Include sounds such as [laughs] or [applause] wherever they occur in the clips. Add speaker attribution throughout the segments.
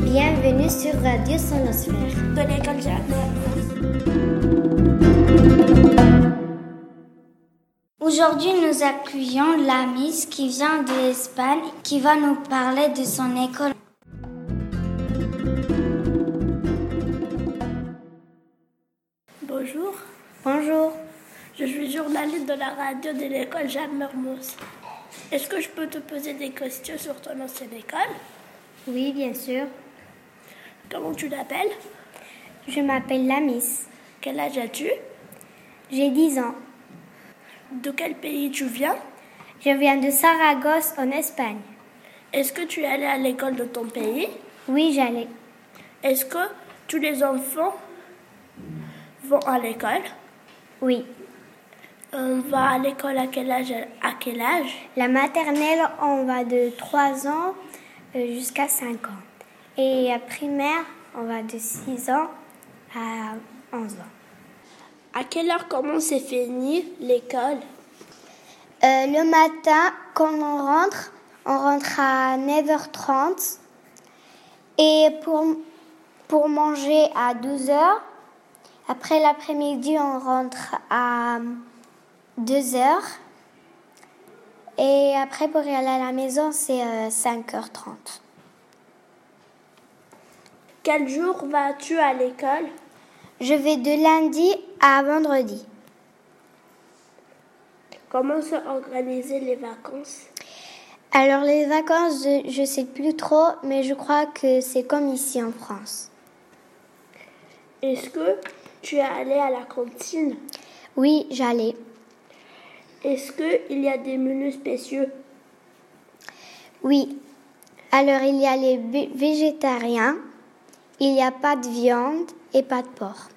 Speaker 1: bienvenue sur Radio Sonosphère.
Speaker 2: de l'école Jacques.
Speaker 1: Aujourd'hui, nous accueillons la Miss qui vient de l'Espagne, qui va nous parler de son école.
Speaker 2: Bonjour,
Speaker 1: Bonjour.
Speaker 2: je suis journaliste de la radio de l'école Jacques Mermoz. Est-ce que je peux te poser des questions sur ton ancienne école
Speaker 1: Oui, bien sûr.
Speaker 2: Comment tu l'appelles
Speaker 1: Je m'appelle la Miss.
Speaker 2: Quel âge as-tu
Speaker 1: J'ai 10 ans.
Speaker 2: De quel pays tu viens
Speaker 1: Je viens de Saragosse, en Espagne.
Speaker 2: Est-ce que tu es allé à l'école de ton pays
Speaker 1: Oui, j'allais.
Speaker 2: Est-ce que tous les enfants vont à l'école
Speaker 1: Oui.
Speaker 2: On va à l'école à quel âge À quel âge
Speaker 1: La maternelle, on va de 3 ans euh, jusqu'à 5 ans. Et la primaire, on va de 6 ans à 11 ans.
Speaker 2: À quelle heure commence et finit l'école
Speaker 1: Euh, le matin, quand on rentre, on rentre à 9h30. Et pour, pour manger à 12h. Après l'après-midi, on rentre à 2h. Et après, pour aller à la maison, c'est euh, 5h30.
Speaker 2: Quel jour vas-tu à l'école
Speaker 1: Je vais de lundi à vendredi.
Speaker 2: Comment sont organisées les vacances
Speaker 1: Alors, les vacances, je ne sais plus trop, mais je crois que c'est comme ici en France.
Speaker 2: Est-ce que tu es allé à la cantine
Speaker 1: Oui, j'allais.
Speaker 2: Est-ce qu'il y a des menus spéciaux
Speaker 1: Oui. Alors, il y a les vé- végétariens, il n'y a pas de viande et pas de porc.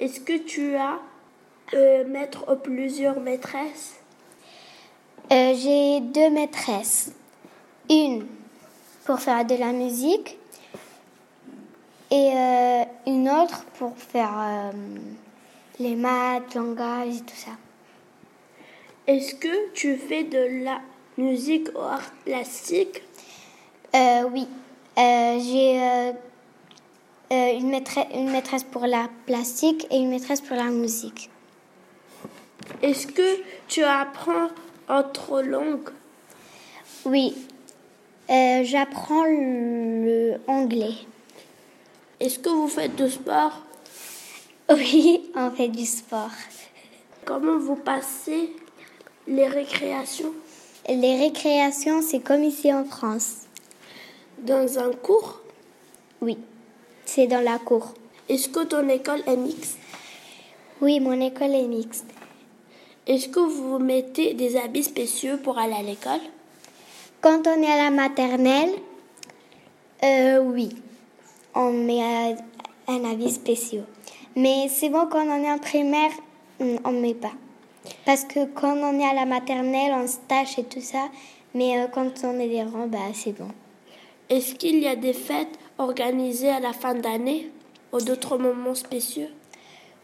Speaker 2: Est-ce que tu as euh, maître ou plusieurs maîtresses
Speaker 1: Euh, J'ai deux maîtresses. Une pour faire de la musique et euh, une autre pour faire euh, les maths, langage et tout ça.
Speaker 2: Est-ce que tu fais de la musique ou art plastique
Speaker 1: Euh, oui. Euh, J'ai euh, euh, une, maîtresse, une maîtresse pour l'art plastique et une maîtresse pour la musique.
Speaker 2: Est-ce que tu apprends entre langues
Speaker 1: Oui, Euh, j'apprends le anglais. [laughs]
Speaker 2: Est-ce que vous faites du sport
Speaker 1: Oui, on fait du sport.
Speaker 2: Comment vous passez les récréations
Speaker 1: Les récréations, c'est comme ici en France.
Speaker 2: Dans un cours
Speaker 1: Oui, c'est dans la cour.
Speaker 2: Est-ce que ton école est mixte
Speaker 1: Oui, mon école est mixte.
Speaker 2: Est-ce que vous mettez des habits spéciaux pour aller à l'école
Speaker 1: Quand on est à la maternelle, euh, oui, on met euh, un avis spécial. Mais c'est bon, quand on est en primaire, hum, on ne met pas. Parce que quand on est à la maternelle, on se tâche et tout ça. Mais euh, quand on est des rangs, bah, c'est bon.
Speaker 2: Est-ce qu'il y a des fêtes organisées à la fin d'année ou d'autres moments spéciaux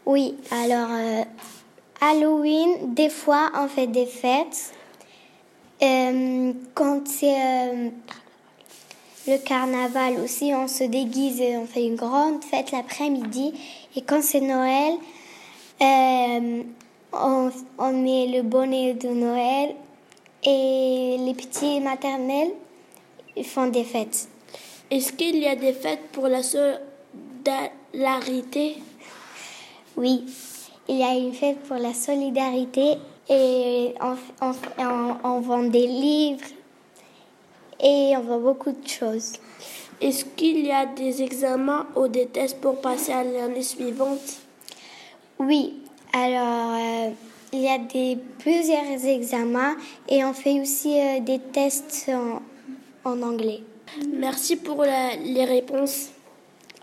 Speaker 1: Oui, alors euh, Halloween, des fois on fait des fêtes. Euh, quand c'est euh, le carnaval aussi, on se déguise et on fait une grande fête l'après-midi. Et quand c'est Noël, euh, on, on met le bonnet de Noël et les petits maternels ils font des fêtes.
Speaker 2: Est-ce qu'il y a des fêtes pour la solidarité
Speaker 1: Oui, il y a une fête pour la solidarité et on, on- on- on vend des livres et on vend beaucoup de choses.
Speaker 2: Est-ce qu'il y a des examens ou des tests pour passer à l'année suivante
Speaker 1: Oui, alors euh, il y a des, plusieurs examens et on fait aussi euh, des tests en- en anglais.
Speaker 2: Merci pour la- les réponses.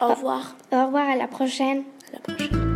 Speaker 2: Au revoir.
Speaker 1: Au revoir, à la prochaine.
Speaker 2: À la prochaine.